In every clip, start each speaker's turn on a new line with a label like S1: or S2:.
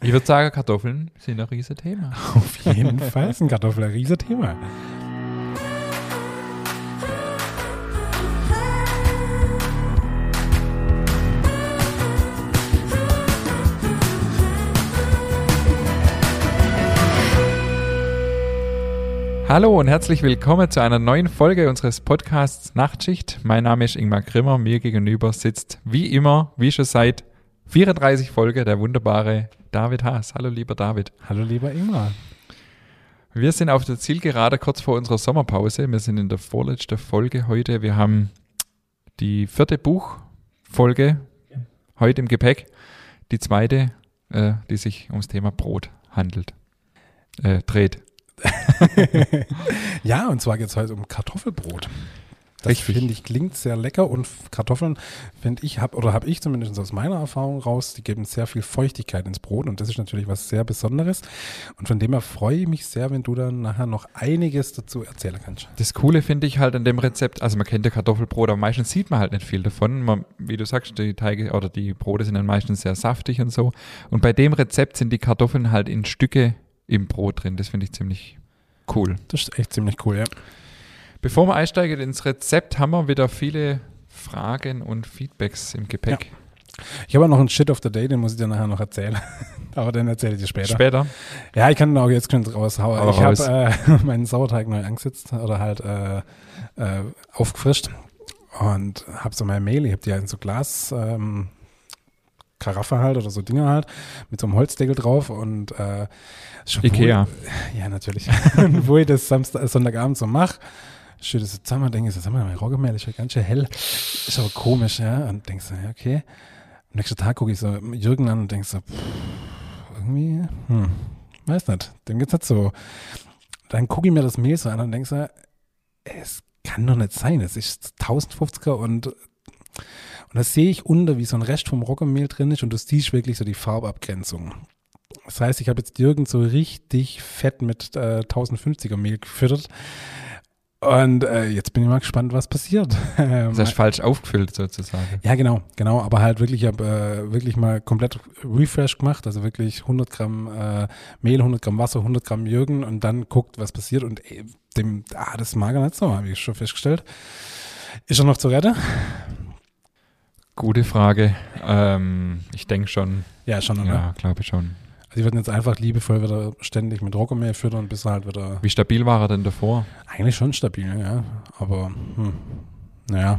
S1: ich würde sagen, Kartoffeln sind ein riesen Thema.
S2: Auf jeden Fall ist ein Kartoffel ein riesen Thema.
S1: Hallo und herzlich willkommen zu einer neuen Folge unseres Podcasts Nachtschicht. Mein Name ist Ingmar Grimmer. Mir gegenüber sitzt wie immer, wie schon seit 34 Folge, der wunderbare David Haas. Hallo, lieber David.
S2: Hallo lieber Ingmar.
S1: Wir sind auf der Zielgerade kurz vor unserer Sommerpause. Wir sind in der vorletzten Folge heute. Wir haben die vierte Buchfolge heute im Gepäck. Die zweite, äh, die sich ums Thema Brot handelt. Äh, dreht.
S2: Ja, und zwar geht es heute um Kartoffelbrot. Das
S1: Richtig.
S2: finde ich klingt sehr lecker und F- Kartoffeln, finde ich, hab, oder habe ich zumindest aus meiner Erfahrung raus, die geben sehr viel Feuchtigkeit ins Brot und das ist natürlich was sehr Besonderes. Und von dem her freue ich mich sehr, wenn du dann nachher noch einiges dazu erzählen kannst.
S1: Das Coole finde ich halt an dem Rezept, also man kennt ja Kartoffelbrot, aber meistens sieht man halt nicht viel davon. Man, wie du sagst, die Teige oder die Brote sind dann meistens sehr saftig und so. Und bei dem Rezept sind die Kartoffeln halt in Stücke im Brot drin. Das finde ich ziemlich cool.
S2: Das ist echt ziemlich cool, ja.
S1: Bevor wir einsteigen ins Rezept, haben wir wieder viele Fragen und Feedbacks im Gepäck.
S2: Ich habe auch noch einen Shit of the Day, den muss ich dir nachher noch erzählen. Aber den erzähle ich dir später.
S1: Später.
S2: Ja, ich kann ihn auch jetzt schon raushauen.
S1: Hau
S2: ich
S1: raus.
S2: habe äh, meinen Sauerteig neu angesetzt oder halt äh, äh, aufgefrischt und habe so meine Mehl, ich habe die halt in so Glas ähm, Karaffe halt oder so Dinger halt mit so einem Holzdeckel drauf und äh, schon
S1: Ikea.
S2: ja, natürlich. Und wo ich das Samstag, äh, Sonntagabend so mache, schön das zusammen, denke ich, so, sag mal, mein Roggenmehl ist ja ganz schön hell. Ist aber komisch, ja. Und denkst du, ja, okay. Am nächsten Tag gucke ich so Jürgen an und denkst so, pff, irgendwie, hm, weiß nicht, dem geht's nicht so. Dann gucke ich mir das Mehl so an und denkst so, es kann doch nicht sein, es ist 1050er und und das sehe ich unter, wie so ein Rest vom Roggenmehl drin ist und du siehst wirklich so die Farbabgrenzung. Das heißt, ich habe jetzt Jürgen so richtig fett mit äh, 1050er Mehl gefüttert. Und äh, jetzt bin ich mal gespannt, was passiert. Ähm,
S1: Das ist falsch aufgefüllt sozusagen.
S2: ja, genau, genau. Aber halt wirklich, ich habe äh, wirklich mal komplett Refresh gemacht. Also wirklich 100 Gramm äh, Mehl, 100 Gramm Wasser, 100 Gramm Jürgen und dann guckt, was passiert. Und äh, dem, ah, das mag er nicht so, habe ich schon festgestellt. Ist er noch zu retten?
S1: Gute Frage. Ähm, ich denke schon.
S2: Ja, schon, oder?
S1: Ja, glaube ich schon.
S2: Also die werden jetzt einfach liebevoll wieder ständig mit Roggenmehl füttern, bis er halt wieder
S1: Wie stabil war er denn davor?
S2: eigentlich schon stabil, ja. Aber hm, naja,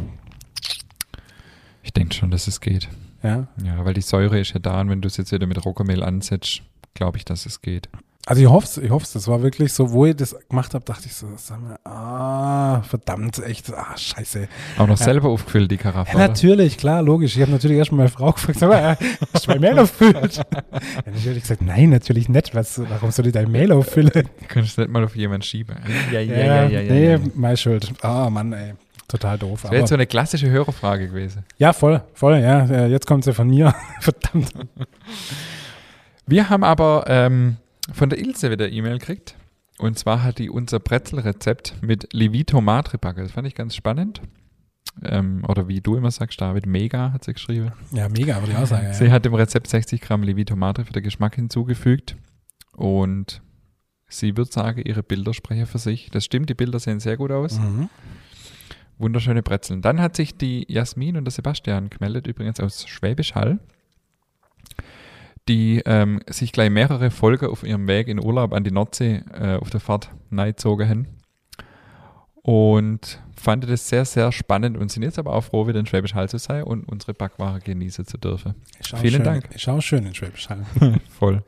S1: Ich denke schon, dass es geht.
S2: ja.
S1: Ja, weil die Säure ist ja da und wenn du es jetzt wieder mit Roggenmehl ansetzt, glaube ich, dass es geht.
S2: Also ich hoffe es, ich hoffe es. Das war wirklich so, wo ich das gemacht habe, dachte ich so, sag mal, ah, verdammt, echt, ah, scheiße.
S1: Auch noch selber aufgefüllt, die Karaffe.
S2: Ja,
S1: oder?
S2: natürlich, klar, logisch. Ich habe natürlich erstmal meine Frau gefragt, sag mal, äh, hast du mein Mail auffüllt? ja, natürlich gesagt, nein, natürlich nicht. Was, warum soll ich dein Mail auffüllen?
S1: Du kannst nicht mal auf jemanden schieben. Ja,
S2: nee, meine Schuld. Ah, Mann, ey. Total doof.
S1: Das wäre jetzt so eine klassische Hörerfrage gewesen.
S2: Ja, voll, voll, ja. Äh, Jetzt kommt sie von mir. Verdammt.
S1: Wir haben aber ähm, von der Ilse wieder E-Mail gekriegt. Und zwar hat die unser Brezelrezept mit Levito Matribacke. Das fand ich ganz spannend. Ähm, oder wie du immer sagst, David, mega, hat sie geschrieben.
S2: Ja, mega, würde ich auch sagen.
S1: Also, Sie hat dem Rezept 60 Gramm Levito Madre für den Geschmack hinzugefügt und sie wird sagen, ihre Bilder sprechen für sich. Das stimmt, die Bilder sehen sehr gut aus.
S2: Mhm.
S1: Wunderschöne Brezeln. Dann hat sich die Jasmin und der Sebastian gemeldet, übrigens aus Schwäbisch Hall, die ähm, sich gleich mehrere Folgen auf ihrem Weg in Urlaub an die Nordsee äh, auf der Fahrt neizogen haben. Und fand das sehr, sehr spannend und sind jetzt aber auch froh, wieder in Schwäbisch Hall zu sein und unsere Backware genießen zu dürfen.
S2: Ist auch
S1: Vielen
S2: schön,
S1: Dank.
S2: Ist auch schön in Schwäbisch Hall.
S1: Voll.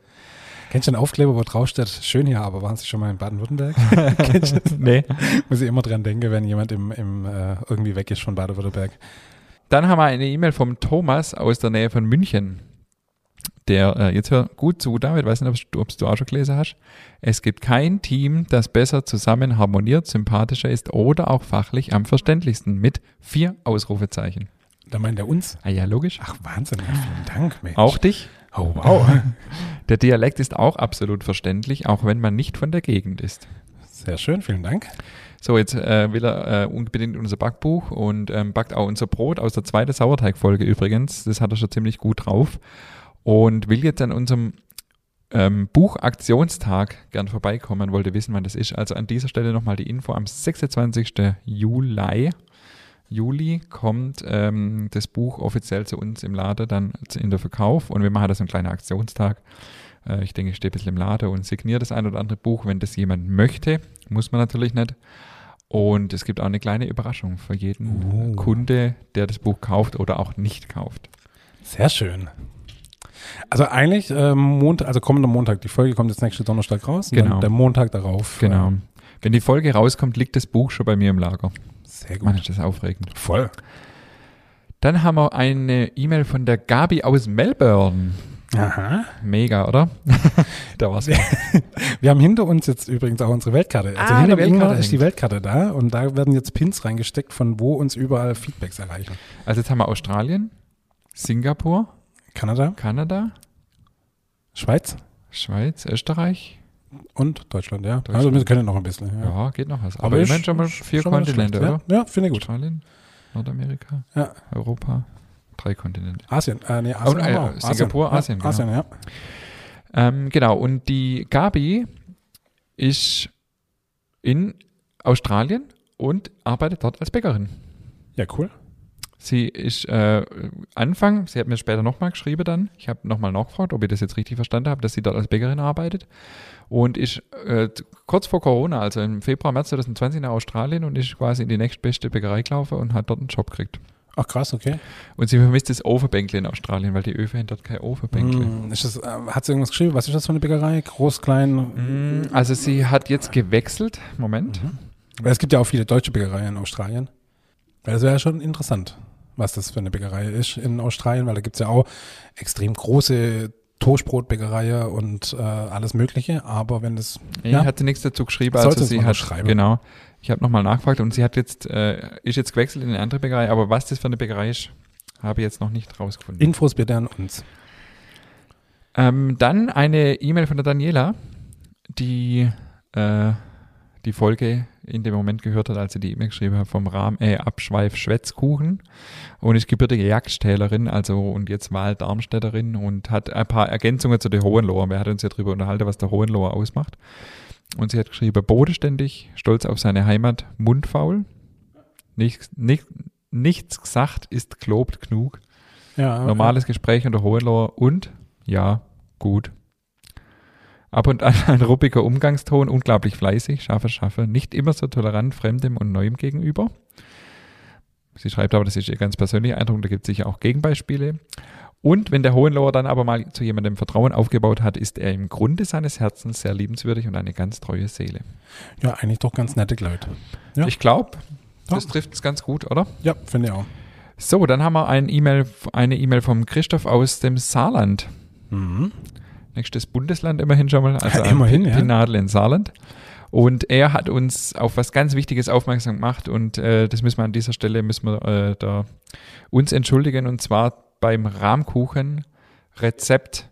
S2: Kennst du den Aufkleber, wo drauf steht, schön hier, aber waren Sie schon mal in Baden-Württemberg? Kennst du das?
S1: Nee.
S2: Muss ich immer dran denken, wenn jemand im, im, äh, irgendwie weg ist von Baden-Württemberg.
S1: Dann haben wir eine E-Mail vom Thomas aus der Nähe von München. Der, äh, jetzt hör gut zu, David, weiß nicht, ob du, ob's du auch schon gelesen hast. Es gibt kein Team, das besser zusammen harmoniert, sympathischer ist oder auch fachlich am verständlichsten mit vier Ausrufezeichen.
S2: Da meint er uns.
S1: Ah ja, logisch.
S2: Ach, Wahnsinn, ja, vielen Dank, Mensch.
S1: Auch dich.
S2: Oh, wow.
S1: Der Dialekt ist auch absolut verständlich, auch wenn man nicht von der Gegend ist.
S2: Sehr schön, vielen Dank.
S1: So, jetzt äh, will er äh, unbedingt unser Backbuch und ähm, backt auch unser Brot aus der zweiten Sauerteigfolge übrigens. Das hat er schon ziemlich gut drauf. und will jetzt an unserem ähm, Buchaktionstag gern vorbeikommen, wollte wissen, wann das ist. Also an dieser Stelle nochmal die Info. Am 26. Juli, Juli kommt ähm, das Buch offiziell zu uns im Laden, dann in der Verkauf und wir machen das einen kleinen Aktionstag. Äh, ich denke, ich stehe ein bisschen im Laden und signiere das ein oder andere Buch, wenn das jemand möchte. Muss man natürlich nicht. Und es gibt auch eine kleine Überraschung für jeden
S2: Oh.
S1: Kunde, der das Buch kauft oder auch nicht kauft.
S2: Sehr schön. Also eigentlich äh, Montag, also kommender Montag. Die Folge kommt jetzt nächste Donnerstag raus. und
S1: Genau.
S2: Dann der Montag darauf.
S1: Genau.
S2: ähm,
S1: Wenn die Folge rauskommt, liegt das Buch schon bei mir im Lager.
S2: sehr
S1: Mann,
S2: gut.
S1: ist das aufregend.
S2: Voll.
S1: Dann haben wir eine E-Mail von der Gabi aus Melbourne.
S2: Aha.
S1: Mega, oder? da war's.
S2: Wir haben hinter uns jetzt übrigens auch unsere Weltkarte. Also
S1: Ah,
S2: hinter
S1: die
S2: Ingmar
S1: Weltkarte
S2: ist die Weltkarte da und da werden jetzt Pins reingesteckt, von wo uns überall Feedbacks erreichen.
S1: Also jetzt haben wir Australien, Singapur,
S2: Kanada,
S1: Kanada,
S2: Schweiz
S1: Schweiz, Österreich.
S2: und Deutschland, ja.
S1: Deutschland.
S2: Also wir können noch ein bisschen. Ja.
S1: Ja, geht noch was. Aber, ich meine schon mal vier
S2: schon mal nicht
S1: Kontinente,
S2: schlecht,
S1: oder?
S2: Ja, ja finde ich gut.
S1: Australien, Nordamerika,
S2: Ja.
S1: Europa, drei Kontinente.
S2: Asien, äh, nee, Asien.
S1: Und,
S2: haben wir
S1: äh,
S2: auch.
S1: Singapur, Asien,
S2: ja.
S1: genau.
S2: Asien, ja.
S1: Ähm, genau, und die Gabi ist in Australien und arbeitet dort als Bäckerin.
S2: Ja, cool.
S1: Sie ist äh, Anfang, sie hat mir später nochmal geschrieben dann, ich habe nochmal nachgefragt, ob ich das jetzt richtig verstanden habe, dass sie dort als Bäckerin arbeitet und ist äh, kurz vor Corona, also im Februar, März 2020 nach Australien und ist quasi in die nächstbeste Bäckerei gelaufen und hat dort einen Job gekriegt.
S2: Ach krass, okay.
S1: Und sie vermisst das Ofenbänkle in Australien, weil die Öfen haben dort kein Ofenbänkle.
S2: Hm, ist das, äh, hat sie irgendwas geschrieben? Was ist das für eine Bäckerei? Groß, klein?
S1: Mm, Also sie hat jetzt gewechselt, Moment.
S2: Weil es gibt ja auch viele deutsche Bäckereien in Australien. Weil Das wäre ja schon interessant, was das für eine Bäckerei ist in Australien, weil da gibt es ja auch extrem große Toastbrotbäckereien und äh, alles Mögliche. Aber wenn das,
S1: Nee,
S2: Ja.
S1: hat sie nichts dazu geschrieben.
S2: Sollte
S1: Also
S2: es
S1: sie
S2: mal
S1: hat,
S2: schreiben.
S1: Genau. Ich habe nochmal nachgefragt und sie hat jetzt, äh, ist jetzt gewechselt in eine andere Bäckerei, aber was das für eine Bäckerei ist, habe ich jetzt noch nicht rausgefunden.
S2: Infos bitte an uns.
S1: Ähm, dann eine E-Mail von der Daniela, die äh, die Folge in dem Moment gehört hat, als sie die E-Mail geschrieben hat, vom Rahm, äh, Abschweif Schwätzkuchen und ist gebürtige Jagdstählerin, also und jetzt Wahl-Darmstädterin und hat ein paar Ergänzungen zu der Hohenloher. Wir hatten uns ja darüber unterhalten, was der Hohenloher ausmacht. Und sie hat geschrieben, bodenständig, stolz auf seine Heimat, mundfaul, nichts, nichts, nichts gesagt ist gelobt genug,
S2: Ja, äh,
S1: Normales Gespräch unter Hohenloher und ja, gut. Ab und an ein ruppiger Umgangston, unglaublich fleißig, schaffe, schaffe, nicht immer so tolerant Fremdem und Neuem gegenüber. Sie schreibt aber, das ist ihr ganz persönlicher Eindruck, da gibt es sicher auch Gegenbeispiele. Und wenn der Hohenloher dann aber mal zu jemandem Vertrauen aufgebaut hat, ist er im Grunde seines Herzens sehr liebenswürdig und eine ganz treue Seele.
S2: ja, eigentlich doch ganz nette Leute. Ja.
S1: Ich glaube, das
S2: Ja.
S1: trifft es ganz gut, oder?
S2: Ja, finde ich auch.
S1: So, dann haben wir ein E-Mail, eine E-Mail vom Christoph aus dem Saarland.
S2: Mhm.
S1: Nächstes Bundesland immerhin schon mal. Also
S2: Ja, immerhin,
S1: Pin-
S2: ja.
S1: Pinnadel in Saarland. Und er hat uns auf was ganz Wichtiges aufmerksam gemacht und äh, das müssen wir an dieser Stelle müssen wir äh, da uns entschuldigen und zwar beim Rahmkuchen-Rezept.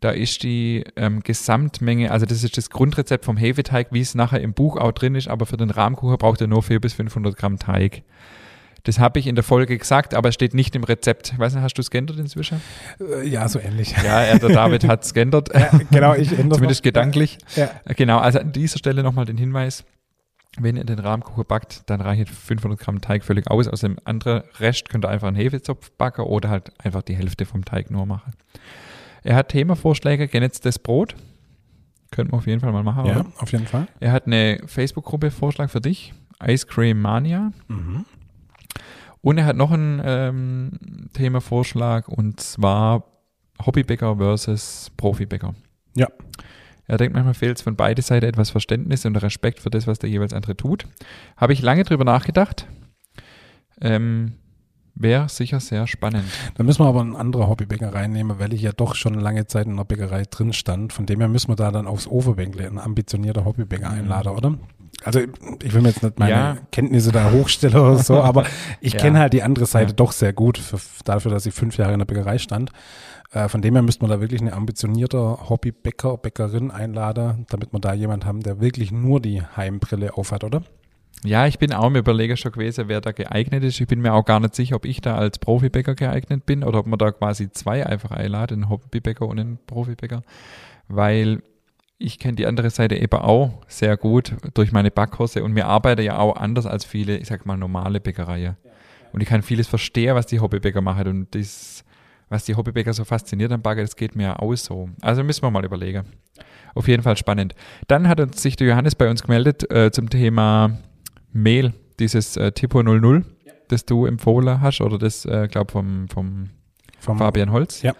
S1: Da ist die ähm, Gesamtmenge, also das ist das Grundrezept vom Hefeteig, wie es nachher im Buch auch drin ist, aber für den Rahmkuchen braucht er nur 400 bis 500 Gramm Teig. Das habe ich in der Folge gesagt, aber es steht nicht im Rezept. Ich weiß nicht, hast du es geändert inzwischen?
S2: Äh, Ja, so ähnlich.
S1: Ja, er, der David hat es geändert.
S2: genau, ich ändere
S1: Zumindest gedanklich.
S2: Ja.
S1: Genau, also an dieser Stelle nochmal den Hinweis, wenn ihr den Rahmkuchen backt, dann reicht 500 Gramm Teig völlig aus. Aus dem anderen Rest könnt ihr einfach einen Hefezopf backen oder halt einfach die Hälfte vom Teig nur machen. Er hat Themavorschläge, genetztes Brot. Könnten wir auf jeden Fall mal machen,
S2: Ja,
S1: oder?
S2: auf jeden Fall.
S1: Er hat eine Facebook-Gruppe, Vorschlag für dich, Ice Cream Mania.
S2: Mhm.
S1: Und er hat noch einen ähm, Themavorschlag und zwar Hobbybäcker versus Profibäcker.
S2: Ja.
S1: Er denkt, manchmal fehlt es von beide Seiten etwas Verständnis und Respekt für das, was der jeweils andere tut. Habe ich lange drüber nachgedacht. Ähm, Wäre sicher sehr spannend.
S2: Dann müssen wir aber einen anderen Hobbybäcker reinnehmen, weil ich ja doch schon lange Zeit in einer Bäckerei drin stand. Von dem her müssen wir da dann aufs Overbänkle einen ambitionierter Hobbybäcker einladen, oder? Also ich will mir jetzt nicht meine
S1: Mhm. Ja.
S2: Kenntnisse da hochstellen oder so, aber ich
S1: Ja.
S2: kenne halt die andere Seite
S1: Ja.
S2: doch sehr gut, für, dafür, dass ich fünf Jahre in der Bäckerei stand. Äh, von dem her müssten wir da wirklich eine ambitionierte Hobbybäcker, Bäckerin einladen, damit wir da jemand haben, der wirklich nur die Heimbrille aufhat, oder?
S1: Ja, ich bin auch im Überlegen schon gewesen, wer da geeignet ist. Ich bin mir auch gar nicht sicher, ob ich da als Profibäcker geeignet bin oder ob man da quasi zwei einfach einladen, einen Hobbybäcker und einen Profibäcker, weil ich kenne die andere Seite eben auch sehr gut durch meine Backkurse und mir arbeite ja auch anders als viele, ich sag mal, normale Bäckereien. Und ich kann vieles verstehen, was die Hobbybäcker machen und das, was die Hobbybäcker so fasziniert am Backen, das geht mir ja auch so. Also müssen wir mal überlegen. Auf jeden Fall spannend. Dann hat uns sich der Johannes bei uns gemeldet äh, zum Thema Mehl, dieses äh, Tipo 00, das du empfohlen hast, oder das, äh, glaube vom, vom,
S2: Vom-
S1: Fabian Holz.
S2: Ja.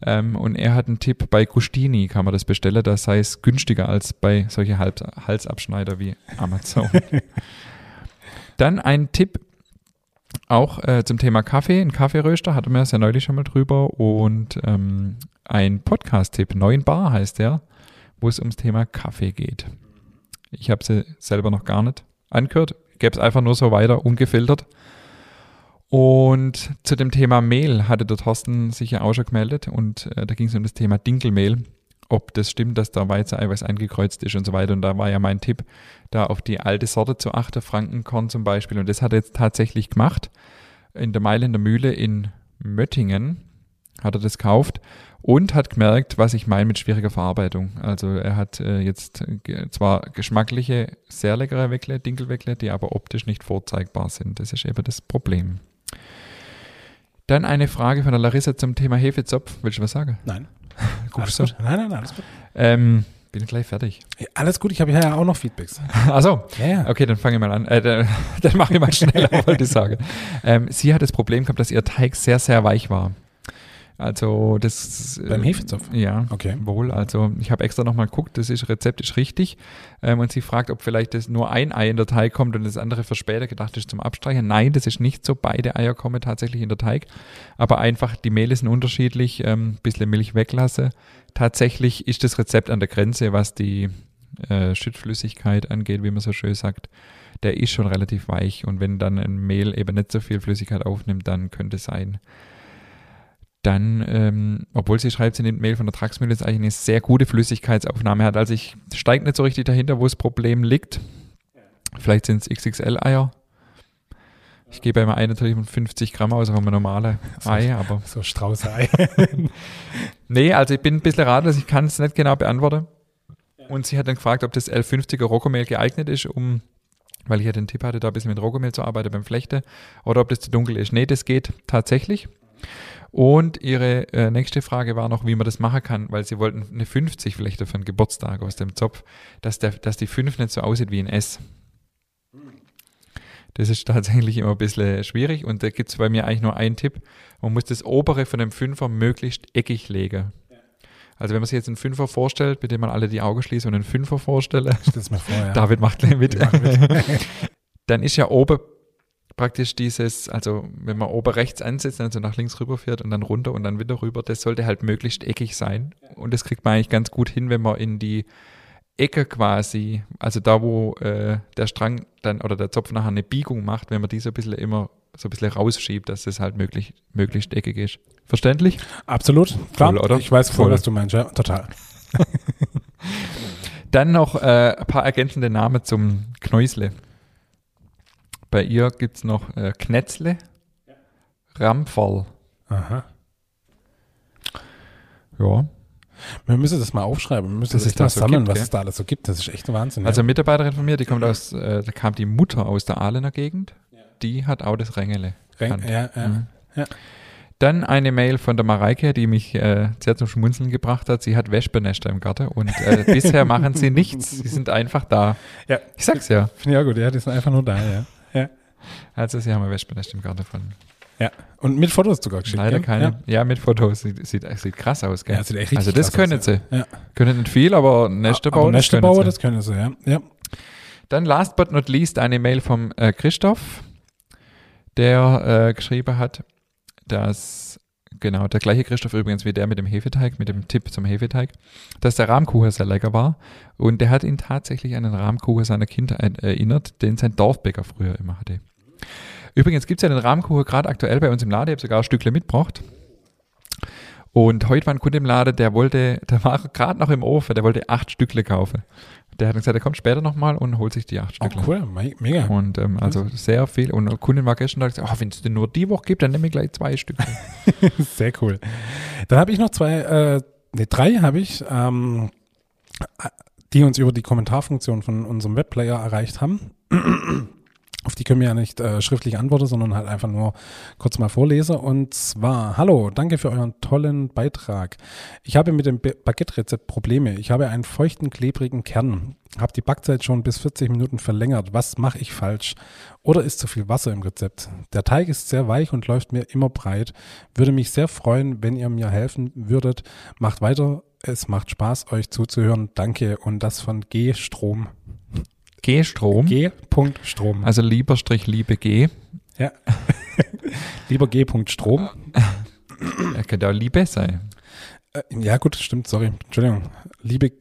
S1: Ähm, und er hat einen Tipp, bei Gustini kann man das bestellen, das sei es günstiger als bei solchen Hals Halsabschneider wie Amazon. Dann ein Tipp auch äh, zum Thema Kaffee. Ein Kaffeeröster hatten wir es ja neulich schon mal drüber und ähm, ein Podcast-Tipp, Neuen Bar heißt der, wo es ums Thema Kaffee geht. Ich habe sie selber noch gar nicht angehört, gäbe es einfach nur so weiter, ungefiltert. Und zu dem Thema Mehl hatte der Thorsten sich ja auch schon gemeldet und äh, da ging es um das Thema Dinkelmehl, ob das stimmt, dass da Weizeneiweiß angekreuzt ist und so weiter. Und da war ja mein Tipp, da auf die alte Sorte zu achten, Frankenkorn zum Beispiel. Und das hat er jetzt tatsächlich gemacht. In der Meile in der Mühle in Möttingen hat er das gekauft und hat gemerkt, was ich meine mit schwieriger Verarbeitung. Also er hat äh, jetzt ge- zwar geschmackliche, sehr leckere Weckle, Dinkelweckle, die aber optisch nicht vorzeigbar sind. Das ist eben das Problem. Dann eine Frage von der Larissa zum Thema Hefezopf. Willst du was sagen?
S2: Nein.
S1: Guckst du?
S2: alles gut. Nein, nein, nein, alles gut.
S1: Ähm, bin gleich fertig.
S2: Ja, alles gut, ich habe ja auch noch Feedbacks.
S1: Also,
S2: Ja, ja.
S1: Okay, dann fange ich mal an. Äh, dann dann mache ich mal schneller, wollte ich sagen. Ähm, sie hat das Problem gehabt, dass ihr Teig sehr, sehr weich war. Also das
S2: Beim Hefezopf?
S1: Ja.
S2: Okay.
S1: Wohl, also ich habe extra nochmal geguckt, das ist Rezept ist richtig. Ähm, und sie fragt, ob vielleicht das nur ein Ei in der Teig kommt und das andere für später gedacht ist zum Abstreichen. Nein, das ist nicht so. Beide Eier kommen tatsächlich in der Teig. Aber einfach, die Mehl sind unterschiedlich, ähm, bisschen Milch weglasse. Tatsächlich ist das Rezept an der Grenze, was die äh, Schüttflüssigkeit angeht, wie man so schön sagt. Der ist schon relativ weich und wenn dann ein Mehl eben nicht so viel Flüssigkeit aufnimmt, dann könnte es sein, dann, ähm, obwohl sie schreibt, sie nimmt Mehl von der Traxmühle, das eigentlich eine sehr gute Flüssigkeitsaufnahme hat. Also ich steige nicht so richtig dahinter, wo das Problem liegt. Vielleicht sind es XXL-Eier. Ich gebe immer ein natürlich von 50 Gramm aus, aber normale Ei, aber.
S2: So Straußei.
S1: Nee, also ich bin ein bisschen ratlos, ich kann es nicht genau beantworten. Und sie hat dann gefragt, ob das L50er Rocomehl geeignet ist, um, weil ich ja den Tipp hatte, da ein bisschen mit Rocomehl zu arbeiten beim Flechte, oder ob das zu dunkel ist. Nee, das geht tatsächlich. Und ihre äh, nächste Frage war noch, wie man das machen kann, weil sie wollten eine 50 Flechte für einen Geburtstag aus dem Zopf, dass, der, dass die 5 nicht so aussieht wie ein S. Das ist tatsächlich immer ein bisschen schwierig und da gibt es bei mir eigentlich nur einen Tipp. Man muss das obere von dem Fünfer möglichst eckig legen. Also wenn man sich jetzt einen Fünfer vorstellt, mit dem man alle die Augen schließt und einen Fünfer vorstelle,
S2: Stell's mir vor, ja.
S1: David macht gleich mit, dann ist ja oben praktisch dieses, also wenn man oben rechts ansetzt, also nach links rüber fährt und dann runter und dann wieder rüber, das sollte halt möglichst eckig sein. Und das kriegt man eigentlich ganz gut hin, wenn man in die Ecke quasi, also da wo äh, der Strang dann oder der Zopf nachher eine Biegung macht, wenn man die so ein bisschen immer so ein bisschen rausschiebt, dass das halt möglich, möglichst eckig ist. Verständlich?
S2: Absolut, klar.
S1: Voll, oder?
S2: Ich weiß voll,
S1: Voll.
S2: was du meinst, ja, total.
S1: Dann noch äh, ein paar ergänzende Namen zum Knäusle. Bei ihr gibt es noch äh, Knetzle, Rampferl.
S2: Aha.
S1: Ja.
S2: Wir müssen das mal aufschreiben, wir müssen
S1: Das
S2: das,
S1: ist
S2: echt mal
S1: das so
S2: sammeln,
S1: gibt,
S2: was
S1: gell?
S2: es da alles so gibt. Das ist echt Wahnsinn.
S1: Also eine Mitarbeiterin von mir, die kommt aus, äh, da kam die Mutter aus der Ahlener Gegend. Die hat auch das Rängele.
S2: ja. Reng-
S1: Hand.
S2: ja, ja.
S1: Mhm.
S2: ja.
S1: Dann eine Mail von der Mareike, die mich äh, sehr zum Schmunzeln gebracht hat. Sie hat Wespenester im Garten und äh, bisher machen sie nichts. Sie sind einfach da.
S2: Ja.
S1: Ich sag's ja.
S2: Finde ich auch gut, ja, die sind einfach nur da, ja. ja.
S1: Also sie haben ein Wespennest im Garten von
S2: Ja. Und mit Fotos sogar geschickt.
S1: Leider
S2: gell?
S1: keine. Ja. mit Fotos. Sieht, sieht, sieht krass aus, gell?
S2: Ja, sieht echt richtig
S1: also das
S2: krass aus,
S1: können sie.
S2: Ja. Ja.
S1: Können nicht viel, aber Neste
S2: Aber
S1: bauen, das
S2: Nächte
S1: können
S2: bauen,
S1: sie.
S2: das können sie, ja. ja.
S1: Dann last but not least eine Mail vom äh, Christoph, der äh, geschrieben hat, dass, genau, der gleiche Christoph übrigens wie der mit dem Hefeteig, mit dem Tipp zum Hefeteig, dass der Rahmkuchen sehr lecker war und der hat ihn tatsächlich an den Rahmkuchen seiner Kindheit äh, erinnert, den sein Dorfbäcker früher immer hatte. Übrigens gibt es ja den Rahmkuchen gerade aktuell bei uns im Laden, ich habe sogar ein Stückle mitgebracht. Und heute war ein Kunde im Laden, der wollte, der war gerade noch im Ofen, der wollte acht Stückle kaufen. Der hat dann gesagt, er kommt später nochmal und holt sich die acht
S2: Oh,
S1: Stück.
S2: cool, me- mega.
S1: Und ähm, also sehr viel. Und eine Kundin war gestern da und hat gesagt, oh, wenn es denn nur die Woche gibt, dann nehme ich gleich zwei Stück.
S2: Sehr cool. Dann habe ich noch zwei, äh, ne, drei habe ich, ähm, die uns über die Kommentarfunktion von unserem Webplayer erreicht haben. Auf die können wir ja nicht äh, schriftlich antworten, sondern halt einfach nur kurz mal vorlesen. Und zwar, hallo, danke für euren tollen Beitrag. Ich habe mit dem Ba- Baguette-Rezept Probleme. Ich habe einen feuchten, klebrigen Kern. Habe die Backzeit schon bis 40 Minuten verlängert. Was mache ich falsch? Oder ist zu viel Wasser im Rezept? Der Teig ist sehr weich und läuft mir immer breit. Würde mich sehr freuen, wenn ihr mir helfen würdet. Macht weiter. Es macht Spaß, euch zuzuhören. Danke. Und das von G. Strom.
S1: G-Strom.
S2: G. Strom.
S1: also lieber Strich Liebe G.
S2: Lieber G. Strom.
S1: Er könnte auch Liebe sein.
S2: Äh, ja, gut, stimmt. Sorry. Entschuldigung. Liebe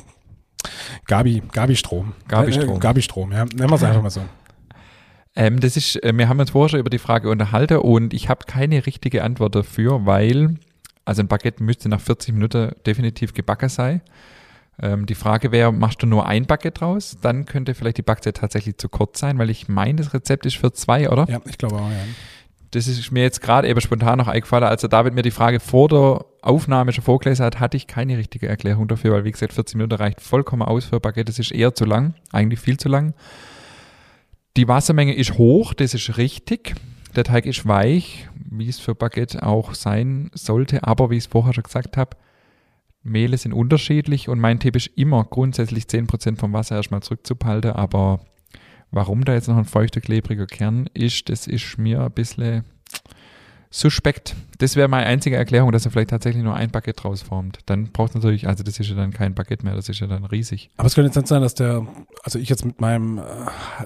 S2: Gabi, Gabi Strom.
S1: Gabi Strom.
S2: Äh, Gabi Strom, ja. Nennen wir es einfach mal so.
S1: Ähm, das ist, äh, wir haben uns vorher schon über die Frage unterhalten und ich habe keine richtige Antwort dafür, weil, also ein Baguette müsste nach 40 Minuten definitiv gebacken sein. Ähm, die Frage wäre, machst du nur ein Baguette draus? Dann könnte vielleicht die Backzeit tatsächlich zu kurz sein, weil ich meine, das Rezept ist für zwei, oder?
S2: Ja, ich glaube auch, ja.
S1: Das ist mir jetzt gerade eben spontan noch eingefallen, als der David mir die Frage vor der Aufnahme schon vorgelesen hat, hatte ich keine richtige Erklärung dafür, weil wie gesagt, 40 Minuten reicht vollkommen aus für ein Baguette. Das ist eher zu lang, eigentlich viel zu lang. Die Wassermenge ist hoch, das ist richtig. Der Teig ist weich, wie es für Baguette auch sein sollte, aber wie ich es vorher schon gesagt habe, Mehle sind unterschiedlich und mein Tipp ist immer grundsätzlich 10% vom Wasser erstmal zurückzuhalten, aber warum da jetzt noch ein feuchter, klebriger Kern ist, das ist mir ein bisschen suspekt. Das wäre meine einzige Erklärung, dass er vielleicht tatsächlich nur ein Bucket draus formt. Dann braucht natürlich, also das ist ja dann kein Bucket mehr, das ist ja dann riesig.
S2: Aber es könnte jetzt nicht sein, dass der, also ich jetzt mit meinem äh,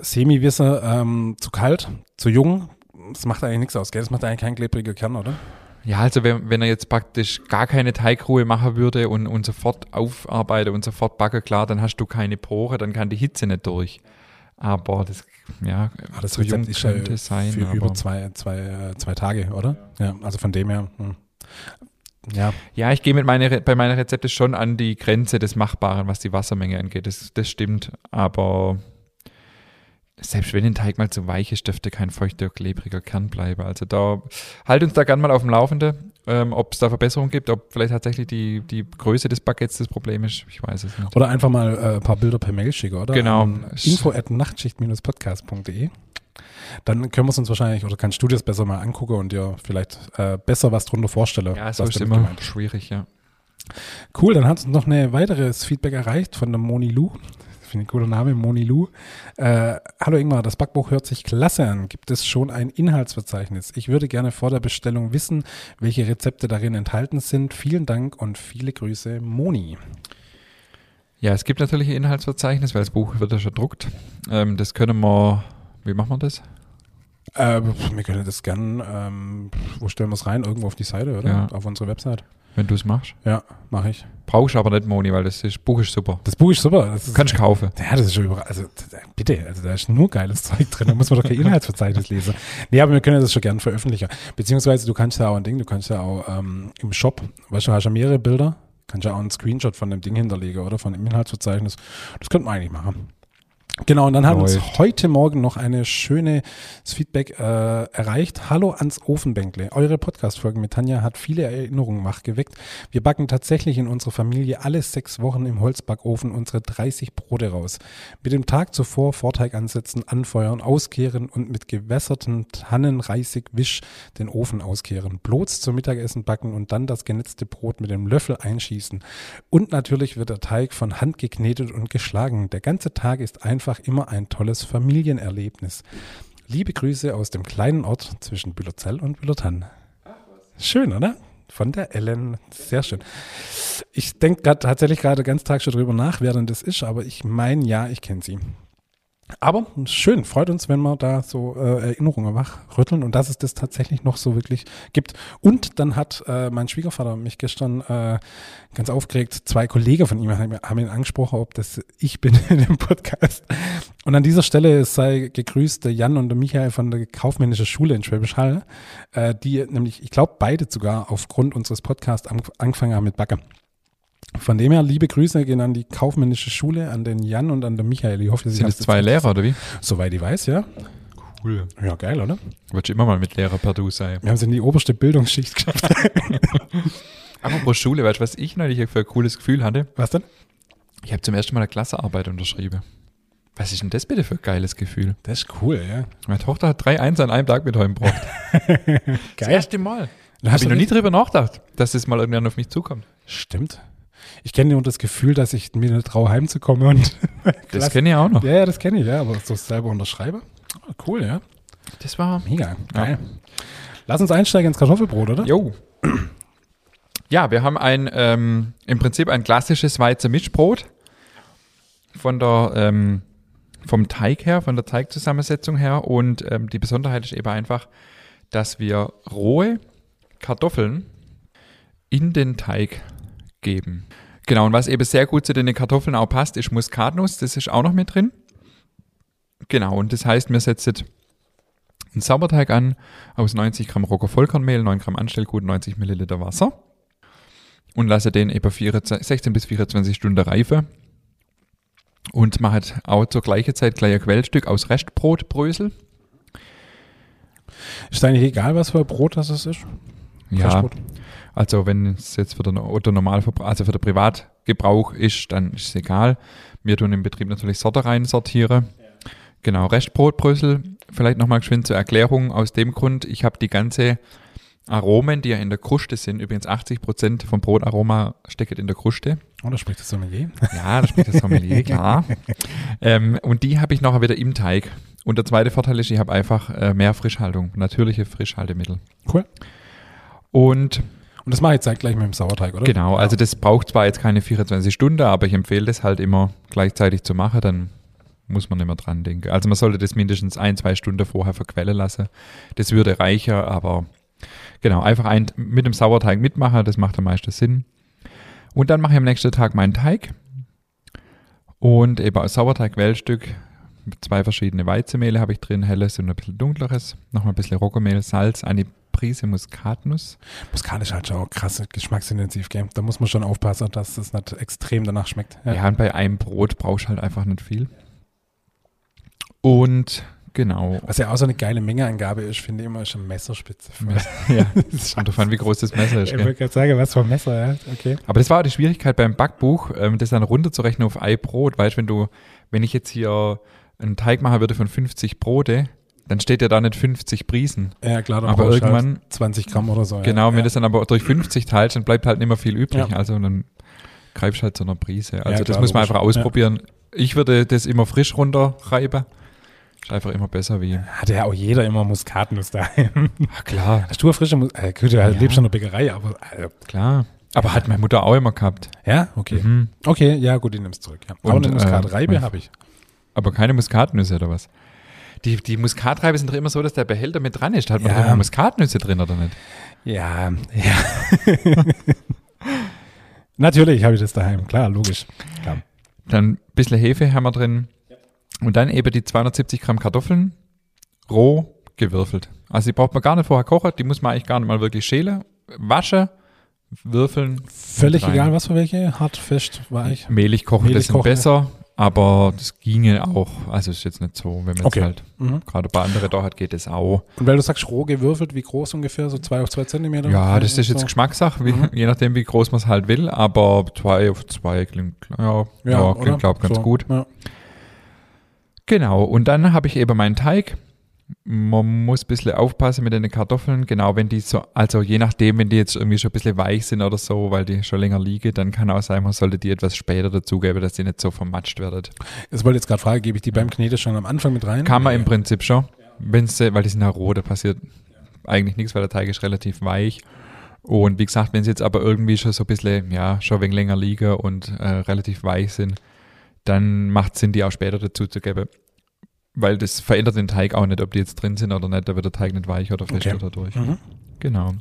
S2: Semi-Wisser ähm, zu kalt, zu jung, das macht eigentlich nichts aus, gell? Das macht eigentlich keinen klebriger Kern, oder?
S1: Ja, also wenn, wenn er jetzt praktisch gar keine Teigruhe machen würde und, und sofort aufarbeite und sofort backe, klar, dann hast du keine Pore, dann kann die Hitze nicht durch. Aber das, ja,
S2: Ah, das
S1: zu jung
S2: Rezept ist ja
S1: könnte sein.
S2: für
S1: aber-
S2: über zwei, zwei, äh, zwei Tage, oder? Ja, also von dem her. Hm. Ja,
S1: Ja, ich gehe mit meine, Re- bei meinen Rezepten schon an die Grenze des Machbaren, was die Wassermenge angeht. Das, das stimmt. Aber selbst wenn ein Teig mal zu weich ist, dürfte kein feuchter, klebriger Kern bleiben. Also da halt uns da gern mal auf dem Laufenden, ähm, ob es da Verbesserungen gibt, ob vielleicht tatsächlich die, die Größe des Baguettes das Problem ist. Ich weiß es nicht.
S2: oder einfach mal äh, ein paar Bilder per Mail schicken, oder?
S1: Genau.
S2: An info at nachtschicht-podcast.de. Dann können wir es uns wahrscheinlich, oder kannst du das besser mal angucken und dir vielleicht äh, besser was drunter vorstellen.
S1: Ja, so
S2: was
S1: ist
S2: damit
S1: immer
S2: gemeint ist.
S1: schwierig, ja.
S2: Cool, dann hat uns noch ein weiteres Feedback erreicht von der Moni Lu. Finde ich einen cooler Name, Moni Lu. Äh, Hallo Ingmar, das Backbuch hört sich klasse an. Gibt es schon ein Inhaltsverzeichnis? Ich würde gerne vor der Bestellung wissen, welche Rezepte darin enthalten sind. Vielen Dank und viele Grüße, Moni.
S1: Ja, es gibt natürlich ein Inhaltsverzeichnis, weil das Buch wird ja schon druckt. Ähm, das können wir, wie machen wir das?
S2: Äh, wir können das gern, ähm, wo stellen wir es rein? Irgendwo auf die Seite, oder?
S1: Ja.
S2: Auf unsere Website.
S1: Wenn du es machst.
S2: Ja, mache ich.
S1: Brauchst aber nicht, Moni, weil das ist, Buch ist super.
S2: Das Buch ist super. Das ist,
S1: Kannst du kaufen.
S2: Ja, das ist schon überall. Also t- bitte, also da ist nur geiles Zeug drin. Da muss man doch kein Inhaltsverzeichnis lesen. Nee, aber wir können das schon gerne veröffentlichen. Beziehungsweise du kannst ja auch ein Ding, du kannst ja auch ähm, im Shop, weißt du, hast ja mehrere Bilder, kannst ja auch einen Screenshot von dem Ding hinterlegen oder von dem Inhaltsverzeichnis. Das könnte man eigentlich machen. Genau, und dann haben uns
S1: Läuft.
S2: heute Morgen noch eine schöne das Feedback äh, erreicht. Hallo ans Ofenbänkle. Eure Podcast-Folge mit Tanja hat viele Erinnerungen wachgeweckt. Wir backen tatsächlich in unserer Familie alle sechs Wochen im Holzbackofen unsere 30 Brote raus. Mit dem Tag zuvor Vorteig ansetzen, anfeuern, auskehren und mit gewässertem Tannenreisig-Wisch den Ofen auskehren. Bloß zum Mittagessen backen und dann das genetzte Brot mit dem Löffel einschießen. Und natürlich wird der Teig von Hand geknetet und geschlagen. Der ganze Tag ist einfach immer ein tolles Familienerlebnis. Liebe Grüße aus dem kleinen Ort zwischen Bülozell und Bülotann. Schön, oder? Von der Ellen. Sehr schön. Ich denke gerade tatsächlich gerade ganz Tag schon drüber nach, wer denn das ist, aber ich meine ja, ich kenne sie. Aber schön, freut uns, wenn wir da so äh, Erinnerungen wachrütteln und dass es das tatsächlich noch so wirklich gibt. Und dann hat äh, mein Schwiegervater mich gestern äh, ganz aufgeregt, zwei Kollegen von ihm haben, haben ihn angesprochen, ob das ich bin in dem Podcast. Und an dieser Stelle sei gegrüßt der Jan und der Michael von der kaufmännischen Schule in Schwäbisch Hall, äh, die nämlich, ich glaube, beide sogar aufgrund unseres Podcasts ang- angefangen haben mit Backen. Von dem her, liebe Grüße gehen an die kaufmännische Schule, an den Jan und an den Michael. Ich hoffe, sie
S1: Sind es zwei Lehrer oder wie?
S2: Soweit ich weiß, ja.
S1: Cool.
S2: Ja, geil, oder?
S1: Wolltest du immer mal mit Lehrer per Du sein?
S2: Wir haben sie in die oberste Bildungsschicht geschafft.
S1: Apropos Schule, weißt du, was ich neulich hier für ein cooles Gefühl hatte?
S2: Was denn?
S1: Ich habe zum ersten Mal eine Klassearbeit unterschrieben. Was ist denn das bitte für ein geiles Gefühl?
S2: Das ist cool, ja.
S1: Meine Tochter hat drei Eins an einem Tag mit heimgebracht. Das
S2: Geil.
S1: erste Mal.
S2: Du
S1: Habe ich
S2: hast
S1: noch nie drüber nachgedacht, dass das mal irgendwann auf mich zukommt.
S2: Stimmt. Ich kenne nur das Gefühl, dass ich mir nicht traue, heimzukommen. Und
S1: Das kenne ich auch noch.
S2: Ja, ja, das kenne ich, ja. Aber so selber unterschreibe? Ah, Cool, ja.
S1: Das war.
S2: Mega. Geil. Lass uns einsteigen ins Kartoffelbrot, oder?
S1: Jo. Ja, wir haben ein, ähm, im Prinzip ein klassisches Weizer Mischbrot. Von der, ähm, vom Teig her, von der Teigzusammensetzung her. Und ähm, die Besonderheit ist eben einfach, dass wir rohe Kartoffeln in den Teig geben. Genau, und was eben sehr gut zu den Kartoffeln auch passt, ist Muskatnuss. Das ist auch noch mit drin. Genau, und das heißt, wir setzen einen Sauerteig an aus 90 Gramm Rocker Vollkornmehl, 9 Gramm Anstellgut, 90 Milliliter Wasser und lasse den etwa 24 16 bis 24 Stunden reifen. Und man hat auch zur gleichen Zeit gleich ein Quellstück aus Restbrotbrösel.
S2: Ist eigentlich egal, was für ein Brot das es ist?
S1: Ja,
S2: Kaschbrot?
S1: also wenn es jetzt für den, oder Normalverbrauch- also für den Privatgebrauch ist, dann ist es egal. Wir tun im Betrieb natürlich Sorte rein sortiere. Genau, Restbrotbrösel, vielleicht nochmal geschwind zur Erklärung. Aus dem Grund, ich habe die ganze Aromen, die ja in der Kruste sind, übrigens 80% vom Brotaroma steckt in der Kruste.
S2: Oder Oh, spricht das Sommelier?
S1: Ja, da spielt das Sommelier, klar. Ähm, und die habe ich nachher wieder im Teig. Und der zweite Vorteil ist, ich habe einfach äh, mehr Frischhaltung, natürliche Frischhaltemittel.
S2: Cool.
S1: Und
S2: Und das mache ich jetzt gleich mit dem Sauerteig, oder?
S1: genau, also das braucht zwar jetzt keine 24 Stunden, aber ich empfehle das halt immer gleichzeitig zu machen, dann muss man nicht mehr dran denken. Also man sollte das mindestens ein, zwei Stunden vorher verquellen lassen. Das würde reicher, aber genau, einfach ein, mit dem Sauerteig mitmachen, das macht am meisten Sinn. Und dann mache ich am nächsten Tag meinen Teig und eben aus Sauerteig Wellstück. Zwei verschiedene Weizenmehle habe ich drin, helles und ein bisschen dunkleres. Nochmal ein bisschen Roggenmehl, Salz, eine Prise Muskatnuss.
S2: Muskat ist halt schon auch krass geschmacksintensiv, gell? Da muss man schon aufpassen, dass es nicht extrem danach schmeckt.
S1: Ja, und bei einem Brot brauchst du halt einfach nicht viel. Und genau.
S2: Was ja auch so eine geile Mengeangabe ist, finde ich immer, ist eine Messerspitze.
S1: ja,
S2: Das
S1: kommt drauf an, wie groß das Messer ist.
S2: Ich
S1: Gell?
S2: wollte gerade sagen, was für ein Messer, ja. Okay.
S1: Aber das war auch die Schwierigkeit beim Backbuch, ähm, das dann runterzurechnen auf ein Brot. Weißt du, wenn du, wenn ich jetzt hier einen Teig machen würde von 50 Brote, dann steht ja da nicht 50 Priesen.
S2: Ja, klar, dann
S1: Aber
S2: brauchst du
S1: irgendwann-
S2: halt 20 Gramm oder so.
S1: Genau,
S2: ja.
S1: wenn
S2: ja.
S1: das dann aber durch 50 teilst, dann bleibt halt nicht mehr viel übrig.
S2: Ja.
S1: Also dann greifst halt zu einer Prise. Also das
S2: klar,
S1: muss man
S2: logisch.
S1: einfach ausprobieren. Ich würde das immer frisch runterreiben. Ist einfach immer besser wie.
S2: Hatte ja auch jeder immer Muskatnuss daheim.
S1: Ah, klar.
S2: Hast du eine frische Muskatnuss? Äh, gut, du lebst schon in der Bäckerei, aber. Äh,
S1: Klar. Aber hat meine Mutter auch immer gehabt.
S2: ja, okay.
S1: Mhm.
S2: Okay, ja, gut, ich nehme es zurück. Ja.
S1: Und,
S2: aber eine
S1: äh,
S2: Muskatreibe
S1: mein-
S2: habe ich.
S1: Aber keine Muskatnüsse oder was? Die, die Muskatreibe sind doch immer so, dass der Behälter mit dran ist. Hat man
S2: Ja.
S1: da immer Muskatnüsse drin oder nicht?
S2: Ja, ja. Natürlich habe ich das daheim, klar, logisch. Klar.
S1: Dann ein bisschen Hefe haben wir drin. Und dann eben die 270 Gramm Kartoffeln roh gewürfelt. Also die braucht man gar nicht vorher kochen. Die muss man eigentlich gar nicht mal wirklich schälen. Waschen, würfeln.
S2: Völlig
S1: rein.
S2: egal, was für welche. Hart, fest, weich.
S1: Mehlig kochen,
S2: Mehlig
S1: das sind
S2: kochen, ja.
S1: besser. Aber das ginge auch. Also ist jetzt nicht so, wenn man jetzt
S2: Okay.
S1: halt
S2: Mhm.
S1: gerade bei anderen da hat, geht das auch.
S2: Und weil du sagst, roh gewürfelt, wie groß ungefähr? So zwei auf zwei Zentimeter?
S1: Ja,
S2: ungefähr
S1: das ist Mhm.
S2: und
S1: jetzt Geschmackssache, wie, je nachdem, wie groß man es halt will, aber zwei auf zwei klingt, ja, ja,
S2: oder?
S1: klingt, glaube ganz
S2: So,
S1: gut.
S2: Ja.
S1: Genau, und dann habe ich eben meinen Teig. Man muss ein bisschen aufpassen mit den Kartoffeln, genau, wenn die so, also je nachdem, wenn die jetzt irgendwie schon ein bisschen weich sind oder so, weil die schon länger liegen, dann kann auch sein, man sollte die etwas später dazugeben, dass die nicht so vermatscht werden.
S2: Das wollte ich jetzt gerade fragen, gebe ich die beim Knete schon am Anfang mit rein?
S1: Kann man im Prinzip schon, wenn's, äh, weil die sind ja roh, da passiert eigentlich nichts, weil der Teig ist relativ weich. Und wie gesagt, wenn sie jetzt aber irgendwie schon so ein bisschen, ja, schon wegen länger liegen und äh, relativ weich sind, dann macht Sinn, die auch später dazu zu geben. Weil das verändert den Teig auch nicht, ob die jetzt drin sind oder nicht, da wird der Teig nicht weich oder fest
S2: Okay.
S1: oder durch.
S2: Mhm.
S1: Genau.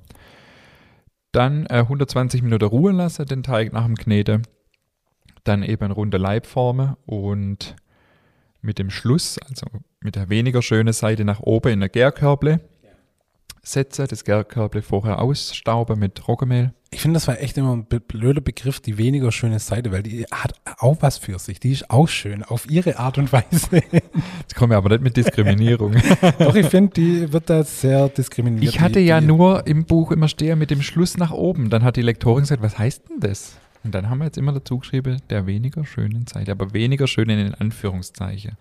S1: Dann äh, 120 Minuten Ruhe lassen, den Teig nach dem Knete. Dann eben runde Leib formen und mit dem Schluss, also mit der weniger schönen Seite nach oben in der Gärkörble setzen, das Gärkörble vorher ausstauben mit Roggenmehl.
S2: ich finde, das war echt immer ein be- blöder Begriff, die weniger schöne Seite, weil die hat auch was für sich. Die ist auch schön, auf ihre Art und Weise.
S1: Jetzt kommen wir aber nicht mit Diskriminierung.
S2: Doch, ich finde, die wird da sehr diskriminiert.
S1: Ich hatte
S2: die,
S1: ja
S2: die,
S1: nur im Buch immer Steher mit dem Schluss nach oben. Dann hat die Lektorin gesagt, was heißt denn das? Und dann haben wir jetzt immer dazu geschrieben, der weniger schönen Seite, aber weniger schön in den Anführungszeichen.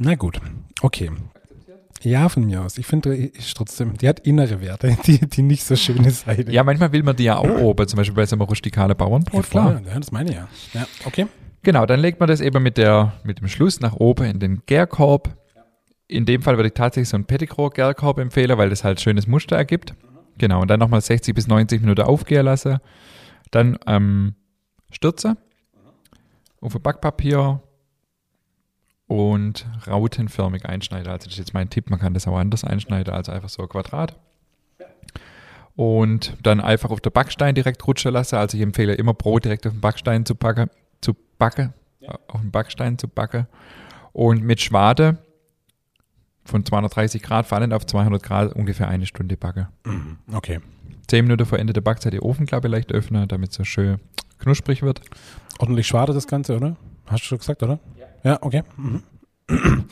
S2: Na gut, okay. Ja, von mir aus. Ich finde, ich trotzdem, die hat innere Werte, die, die nicht so schöne Seite.
S1: Ja, manchmal will man die ja auch oben, zum Beispiel bei so einem rustikalen
S2: ja,
S1: Bauernbrot,
S2: klar. Ja, das meine ich ja. Ja, okay.
S1: Genau, dann legt man das eben mit, der, mit dem Schluss nach oben in den Gärkorb. In dem Fall würde ich tatsächlich so einen Petticoat-Gärkorb empfehlen, weil das halt schönes Muster ergibt. Genau, und dann nochmal 60 bis 90 Minuten aufgehen lassen. Dann ähm, Stürze auf ein Backpapier und rautenförmig einschneiden. Also das ist jetzt mein Tipp, man kann das auch anders einschneiden, also einfach so ein Quadrat. Und dann einfach auf der Backstein direkt rutschen lassen. Also ich empfehle immer Brot direkt auf den Backstein zu backen zu backe, äh, auf dem Backstein zu backe und mit Schwade von 230 Grad fallend auf 200 Grad ungefähr eine Stunde backe.
S2: Okay.
S1: Zehn Minuten vor Ende der Backzeit die Ofenklappe leicht öffnen, damit es so schön knusprig wird.
S2: Ordentlich schade das Ganze, oder? Hast du schon gesagt, oder? Ja. Ja, okay. Mhm.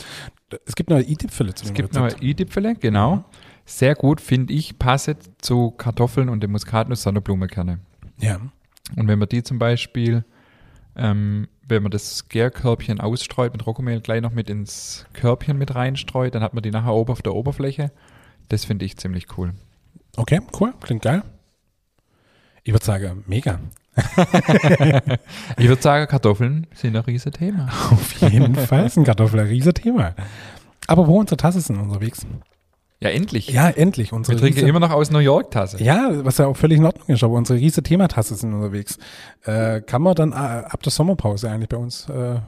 S2: Es gibt neue i-Tipp-Fülle zu
S1: Es gibt noch i-Dipfele, genau. Sehr gut, finde ich, passet zu Kartoffeln und den Muskatnuss-Sonderblumenkerne.
S2: Ja.
S1: Und wenn man die zum Beispiel, ähm, wenn man das Gärkörbchen ausstreut mit Roggenmehl gleich noch mit ins Körbchen mit reinstreut, dann hat man die nachher oben auf der Oberfläche. Das finde ich ziemlich cool.
S2: Okay, cool. Klingt geil. Ich würde sagen, mega.
S1: Ich würde sagen, Kartoffeln sind ein riesen Thema.
S2: Auf jeden Fall ist ein Kartoffel ein riesen Thema. Aber wo unsere Tasse sind unterwegs?
S1: Ja, endlich.
S2: Ja, endlich. Unsere
S1: Wir trinken
S2: riese-
S1: immer noch aus New York-Tasse.
S2: Ja, was ja auch völlig in Ordnung ist, aber unsere riese Thematasse sind unterwegs. Äh, kann man dann äh, ab der Sommerpause eigentlich bei uns äh,
S1: Dann,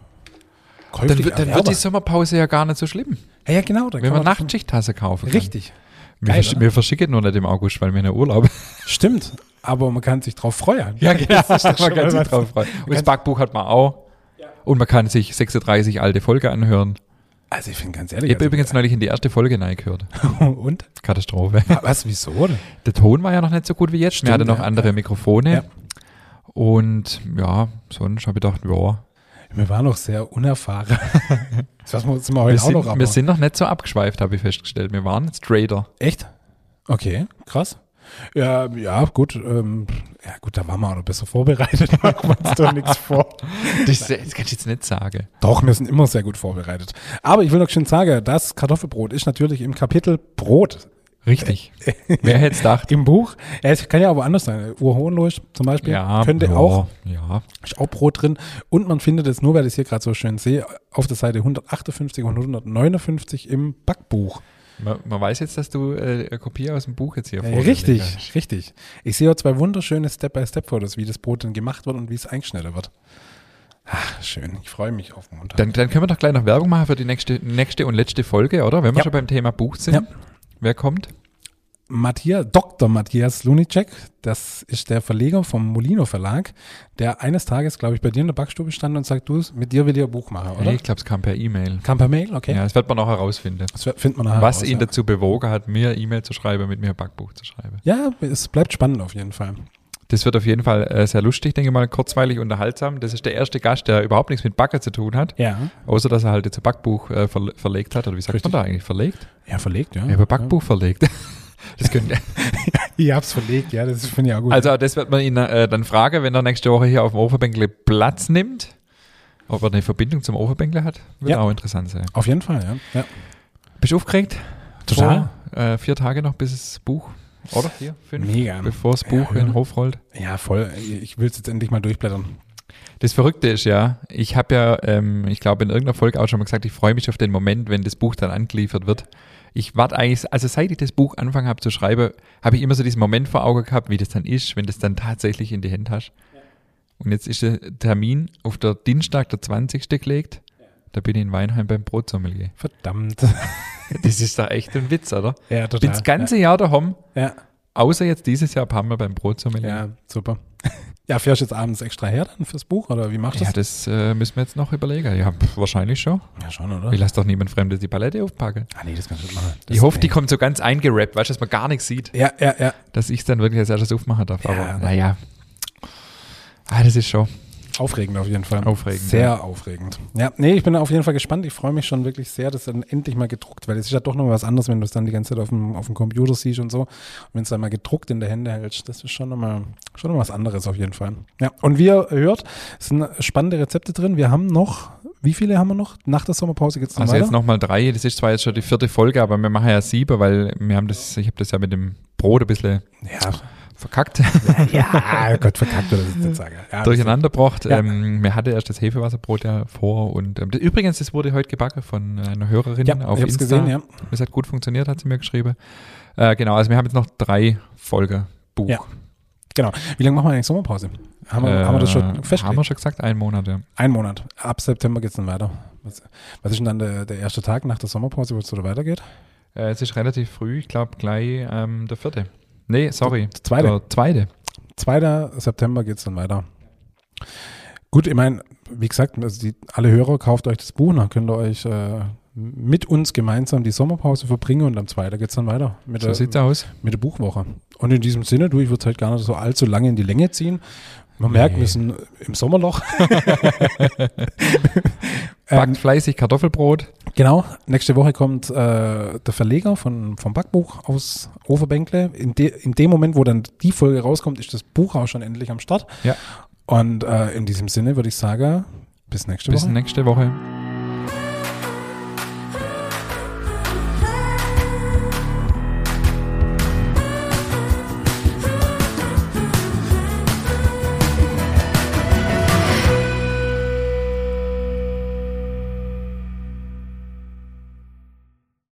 S2: käuflich
S1: wird- dann wird
S2: erwerben?
S1: die Sommerpause ja gar nicht so schlimm,
S2: ja, ja, genau. Dann
S1: wenn
S2: kann
S1: man
S2: das-
S1: Nachtschichttasse kaufen kann.
S2: Richtig.
S1: Wir,
S2: Geil,
S1: versch
S2: oder?
S1: wir verschicken nur nicht im August, weil wir in der Urlaub.
S2: Stimmt. Aber man kann sich drauf freuen.
S1: genau. man
S2: schon
S1: kann
S2: mal
S1: sich
S2: was.
S1: drauf freuen. Und das Backbuch hat man auch. Und man kann sich 36 alte Folge anhören.
S2: Also ich finde ganz ehrlich.
S1: Ich habe
S2: also,
S1: übrigens neulich in die erste Folge reingehört.
S2: und?
S1: Katastrophe.
S2: Was, wieso? Oder?
S1: Der Ton war ja noch nicht so gut wie jetzt.
S2: Stimmt,
S1: wir hatten noch
S2: ja,
S1: andere Mikrofone.
S2: Ja.
S1: Und ja, sonst habe ich gedacht, ja,
S2: Wir waren noch sehr unerfahren. das sind wir sind wir heute
S1: wir
S2: auch
S1: sind,
S2: noch
S1: wir sind noch nicht so abgeschweift, habe ich festgestellt. Wir waren straighter.
S2: Echt? Okay, krass. Ja, ja, gut. Ähm, ja, gut, da waren wir auch noch besser vorbereitet. Machen wir uns doch nichts vor.
S1: Das, das kann ich jetzt nicht sagen.
S2: Doch, wir sind immer sehr gut vorbereitet. Aber ich will noch schön sagen, das Kartoffelbrot ist natürlich im Kapitel Brot
S1: Richtig. Wer hätte es gedacht?
S2: im Buch. Ja, es kann ja aber anders sein. Urhohenloisch zum Beispiel könnte
S1: ja,
S2: auch
S1: Ja,
S2: Ist auch Brot drin. Und man findet es nur, weil ich es hier gerade so schön sehe, auf der Seite 158 und 159 im Backbuch.
S1: man, man weiß jetzt, dass du äh, eine Kopie aus dem Buch jetzt hier
S2: Äh,
S1: vorgelegt hast.
S2: richtig, richtig. Ich sehe auch zwei wunderschöne Step-by-Step-Fotos, wie das Brot dann gemacht wird und wie es eingeschnitten wird. Ach, schön. Ich freue mich auf Montag.
S1: Dann, dann können wir doch gleich noch Werbung machen für die nächste, nächste und letzte Folge, oder? Wenn wir
S2: Ja.
S1: schon beim Thema Buch sind.
S2: Ja.
S1: Wer kommt?
S2: Matthias, Dr. Matthias Lunicek, das ist der Verleger vom Molino Verlag, der eines Tages, glaube ich, bei dir in der Backstube stand und sagt, du, mit dir will ich ein Buch machen, oder?
S1: Nee, ich glaube, es kam per E-Mail.
S2: Kam per Mail, okay.
S1: Ja, das wird man auch herausfinden.
S2: Das findet man nachher
S1: was
S2: raus,
S1: ihn
S2: ja.
S1: dazu bewogen hat, mir E-Mail zu schreiben, mit mir ein Backbuch zu schreiben.
S2: ja, es bleibt spannend auf jeden Fall.
S1: Das wird auf jeden Fall äh, sehr lustig, denke ich mal, kurzweilig, unterhaltsam. Das ist der erste Gast, der überhaupt nichts mit Backen zu tun hat,
S2: Ja.
S1: außer dass er halt jetzt ein Backbuch äh, verle- verlegt hat. Oder wie sagt
S2: Richtig.
S1: man da eigentlich? Verlegt?
S2: Ja, verlegt, ja.
S1: Ich habe ein Backbuch verlegt. Das könnte,
S2: Ich hab's verlegt, ja, das finde ich auch gut.
S1: also das wird man ihn äh, dann fragen, wenn er nächste Woche hier auf dem Ofenbänkle Platz nimmt. Ob er eine Verbindung zum Ofenbänkle hat, wird
S2: Ja.
S1: auch interessant sein.
S2: auf jeden Fall, ja. ja.
S1: Bist du aufgeregt?
S2: Total.
S1: Vor, äh, vier Tage noch, bis das Buch, oder? Vier, fünf?
S2: Mega.
S1: Bevor das Buch
S2: Ja.
S1: in den Hof rollt.
S2: Ja, voll. Ich will's jetzt endlich mal durchblättern.
S1: Das Verrückte ist ja, ich habe ja, ähm, ich glaube in irgendeiner Folge auch schon mal gesagt, ich freue mich auf den Moment, wenn das Buch dann angeliefert wird. Ich warte eigentlich, also seit ich das Buch angefangen habe zu schreiben, habe ich immer so diesen Moment vor Augen gehabt, wie das dann ist, wenn das dann tatsächlich in die Hände hast. Und jetzt ist der Termin auf der Dienstag, der 20. gelegt. Da bin ich in Weinheim beim Brotsommelier.
S2: Verdammt.
S1: Das ist doch echt ein Witz, oder?
S2: Ja,
S1: Ich bin
S2: total.
S1: das ganze Jahr daheim,
S2: ja.
S1: außer jetzt dieses Jahr ein paar Mal beim Brotsommelier.
S2: ja, ja, super. Ja, fährst du jetzt abends extra her dann fürs Buch oder wie machst du
S1: Ja,
S2: das?
S1: das äh, müssen wir jetzt noch überlegen. Ja, pf, wahrscheinlich schon.
S2: Ja, schon, oder?
S1: Ich lasse doch niemand Fremdes die Palette aufpacken.
S2: Ah, nee, das kannst du nicht machen. Das-
S1: Ich hoffe, die
S2: nee.
S1: kommt so ganz eingerappt, weißt du, dass man gar nichts sieht,
S2: Ja, ja, ja.
S1: dass ich es dann wirklich als erstes aufmachen darf.
S2: Ja,
S1: Aber
S2: aber-
S1: naja. Ah, das ist schon.
S2: Aufregend auf jeden Fall.
S1: Aufregend,
S2: Sehr
S1: ja.
S2: aufregend. Ja, nee, ich bin auf jeden Fall gespannt. Ich freue mich schon wirklich sehr, dass dann endlich mal gedruckt, weil es ist ja doch noch was anderes, wenn du es dann die ganze Zeit auf dem, auf dem Computer siehst und so. Und wenn es dann mal gedruckt in der Hände hältst, das ist schon nochmal schon noch was anderes auf jeden Fall. Ja, und wie ihr hört, es sind spannende Rezepte drin. Wir haben noch, wie viele haben wir noch? Nach der Sommerpause geht es
S1: Also jetzt nochmal drei. Das ist zwar jetzt schon die vierte Folge, aber wir machen ja sieben, weil wir haben das, ich habe das ja mit dem Brot ein bisschen
S2: Ja,
S1: verkackt,
S2: ja, Gott, verkackt oder das ist jetzt sagen. Ja,
S1: durcheinander gebracht.
S2: Ja.
S1: Ähm, mir hatte erst das Hefewasserbrot ja vor und ähm, das, übrigens, das wurde heute gebacken von äh, einer Hörerin
S2: Ja,
S1: auf
S2: ich hab's
S1: Insta.
S2: gesehen, ja.
S1: Es hat gut funktioniert, hat sie mir geschrieben. Äh, genau, also wir haben jetzt noch drei Folge Buch.
S2: Ja. Genau. Wie lange machen wir eigentlich Sommerpause? Haben wir,
S1: Äh,
S2: haben wir das schon
S1: Haben
S2: festgelegt?
S1: wir schon gesagt, einen Monat, ja.
S2: Ein Monat. Ab September geht's dann weiter. Was, was ist denn dann der, der erste Tag nach der Sommerpause, wo es wieder weitergeht?
S1: Äh, es ist relativ früh, ich glaube gleich ähm, der vierte. Nee, sorry.
S2: Der zweite.
S1: Der zweite.
S2: 2. September geht's dann weiter. Gut, ich meine, wie gesagt, also die, alle Hörer kauft euch das Buch, dann könnt ihr euch äh, mit uns gemeinsam die Sommerpause verbringen und am 2. geht's dann weiter mit,
S1: So sieht's
S2: der,
S1: aus.
S2: mit der Buchwoche. Und in diesem Sinne, du, ich würde halt gar nicht so allzu lange in die Länge ziehen. Man merkt,
S1: Nee.
S2: wir sind im Sommerloch. Ähm,
S1: Backt fleißig Kartoffelbrot.
S2: Genau, nächste Woche kommt äh, der Verleger von, vom Backbuch aus Overbänkle. In, de, in dem Moment, wo dann die Folge rauskommt, ist das Buch auch schon endlich am Start.
S1: Ja.
S2: Und äh, in diesem Sinne würde ich sagen, bis nächste
S1: Bis
S2: Woche.
S1: nächste Woche.